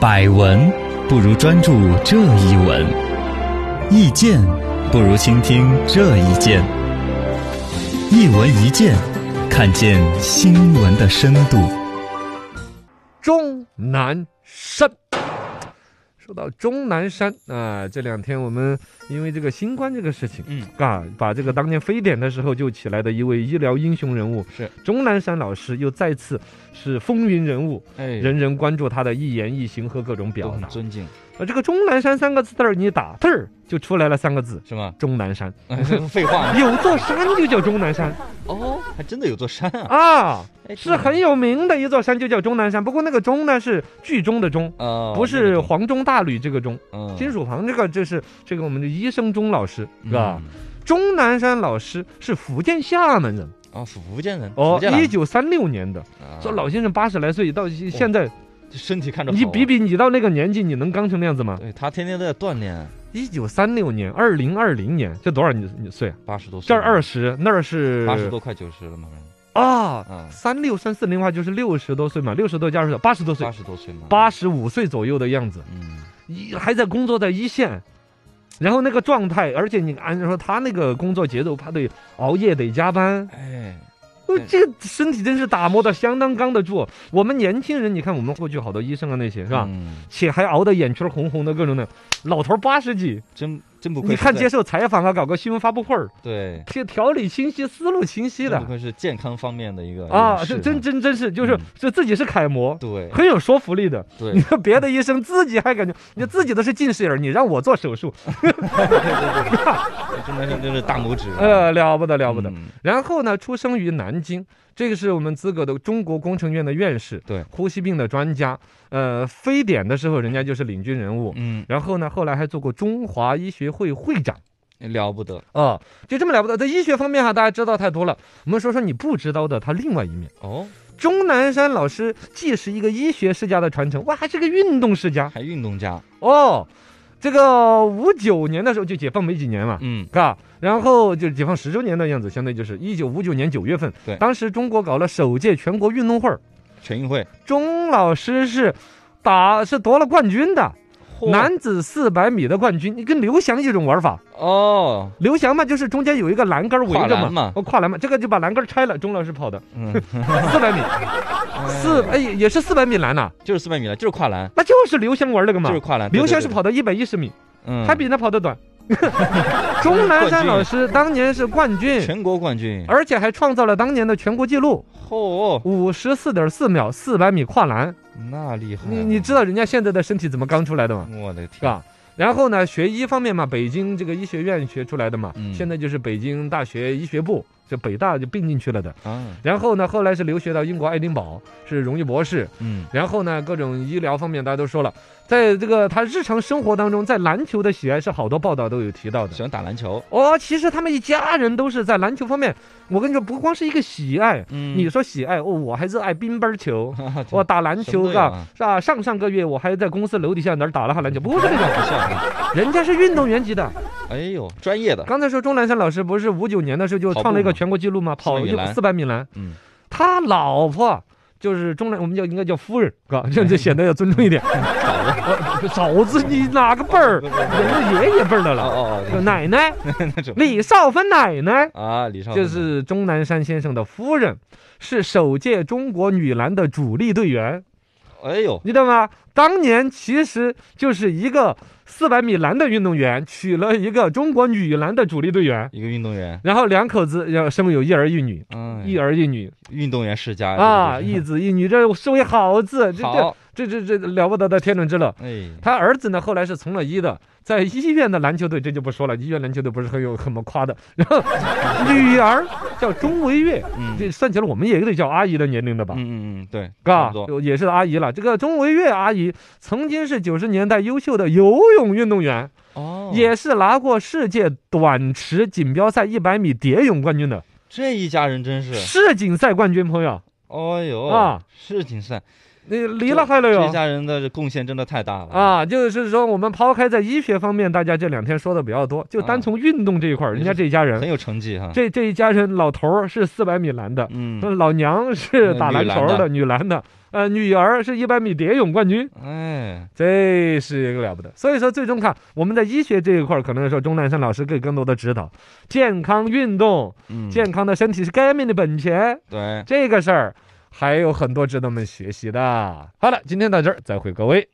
百闻不如专注这一闻，意见不如倾听这一见。一闻一见，看见新闻的深度。钟南山。说到钟南山啊，这两天我们因为这个新冠这个事情，嗯啊，把这个当年非典的时候就起来的一位医疗英雄人物是钟南山老师，又再次是风云人物，哎，人人关注他的一言一行和各种表达。尊敬而这个钟南山三个字字儿，你打字儿就出来了三个字是吗？钟南山， 废话有座山就叫钟南山哦， 还真的有座山 啊，啊，是很有名的一座山就叫钟南山。不过那个钟呢是剧中的钟，呃不是黄钟大吕这个钟。嗯金属旁这个这是这个我们的医生钟老师是吧？啊钟南山老师是福建厦门人啊，福建人哦福建，一人九三六年的。啊说老先生八十来岁到现在， 身体看着你好啊比，比你到那个年纪，你能刚成那样子吗？对他天天都在锻炼，一九三六年，二零二零年，这多少你你岁啊？八十多岁这儿了，二十，那儿是八十多快九十了嘛，啊，嗯，三六三四零的话就是六十多岁嘛，六十多加二十，八十多岁八，十多岁嘛，八十五岁左右的样子。嗯一还在工作在一线，然后那个状态，而且你按说他那个工作节奏，他得熬夜得加班，哎呃对这个身体真是打磨的相当刚得住。我们年轻人，你看我们过去好多医生啊那些是吧？嗯且还熬得眼圈红红的，各种的。老头八十几，真真不愧你看是接在受采访啊，搞个新闻发布会儿，对，这条理清晰，思路清晰真不的愧是健康方面的一个啊，人士是真哈真真是就是嗯这自己是楷模，对很有说服力的。你对看别的医生自己还感觉，你自己都是近视眼儿，你让我做手术，钟南山真是大拇指 啊，呃，了不得了不得。嗯然后呢，出生于南京，这个是我们资格的中国工程院的院士，对呼吸病的专家。呃，非典的时候，人家就是领军人物。嗯然后呢，后来还做过中华医学会会长嗯了不得啊、就这么了不得。在医学方面哈、大家知道太多了。我们说说你不知道的他另外一面。哦，钟南山老师既是一个医学世家的传承，哇，还是个运动世家还运动家，哦。这个五九年的时候就解放没几年嘛，嗯嘎，然后就是解放十周年的样子，相当于就是一九五九年九月份，对当时中国搞了首届全国运动会儿，全运会钟老师是打是夺了冠军的，男子四百米的冠军，跟刘翔一种玩法，哦，刘翔嘛就是中间有一个栏杆围跨着栏嘛哦跨栏嘛，这个就把栏杆拆了，钟老师跑的 嗯，四百米，四哎也是四百米栏呐、就是四百米了，就是跨栏，那就是刘翔玩那个嘛就是，跨栏，对刘翔是，对跑到一百一十米，对嗯，还比他跑得 短。钟南山老师当年是冠军，全国冠军，而且还创造了当年的全国纪录，哦，五十四点四秒四百米跨栏。那厉害，你你知道人家现在的身体怎么刚出啊来的吗？我的是天，吧？然后呢，学医方面嘛，北京这个医学院学出来的嘛，嗯现在就是北京大学医学部，就北大就并进去了的。啊，然后呢，后来是留学到英国爱丁堡，是荣誉博士。嗯，然后呢，各种医疗方面大家都说了，在这个他日常生活当中，在篮球的喜爱是好多报道都有提到的喜。欢打篮球，哦，其实他们一家人都是在篮球方面，我跟你说，不光是一个喜爱，嗯，你说喜爱哦，我还热爱乒乓球 哈我哈打篮什球么都有啊啊，是吧？上上个月我还在公司楼底下哪儿打了下篮球，不是那种， 不像啊，人家是运动员级的。哎呦，专业的，刚才说钟南山老师不是五九年的时候就跑步创了一个嘛全国纪录吗？跑嗯400米栏四百米栏，嗯，他老婆。就是钟南，我们叫应该叫夫人，哥， 这样就显得要尊重一点。 嫂子，嫂子，你哪个辈儿？不人不不家爷爷辈儿的了，哦就哦，奶奶 那种李少芬奶奶。啊，李少，这是钟南山先生的夫人，是首届中国女篮的主力队员，哎呦，你知道吗？当年其实就是一个四百米栏的运动员娶了一个中国女篮的主力队员，一个运动员，然后两口子要生有一儿一女，嗯，一儿一女运动员世家啊，这个一子一女，这是为好字，就是这哎 好，这这这这了不得的天伦之乐。哎，他儿子呢，后来是从了医的，在医院的篮球队，这就不说了，医院篮球队不是很有很么夸的。然后女儿叫钟维月，嗯这算起来我们也得叫阿姨的年龄的吧？嗯嗯嗯，对，差嘎不，多，就也是阿姨了。这个钟维月阿姨曾经是九十年代优秀的游泳运动员，哦，也是拿过世界短池锦标赛一百米蝶泳冠军的，这一家人真是，世锦赛冠军。朋友，哦呦啊，是挺善。你离了开了这哟。家人的贡献真的太大了！啊，就是说，我们抛开在医学方面，大家这两天说的比较多，就单从运动这一块儿，人家这一家人啊很有成绩哈。这这一家人，老头儿是四百米栏的，嗯，老娘是打篮球女篮的的，女篮的，呃，女儿是一百米蝶泳冠军，哎，这是一个了不得。所以说，最终看我们在医学这一块儿，可能说钟南山老师给更多的指导，健康运动，嗯，健康的身体是革命的本钱，对。这个事儿还有很多值得我们学习的。好了，今天到这儿，再会各位。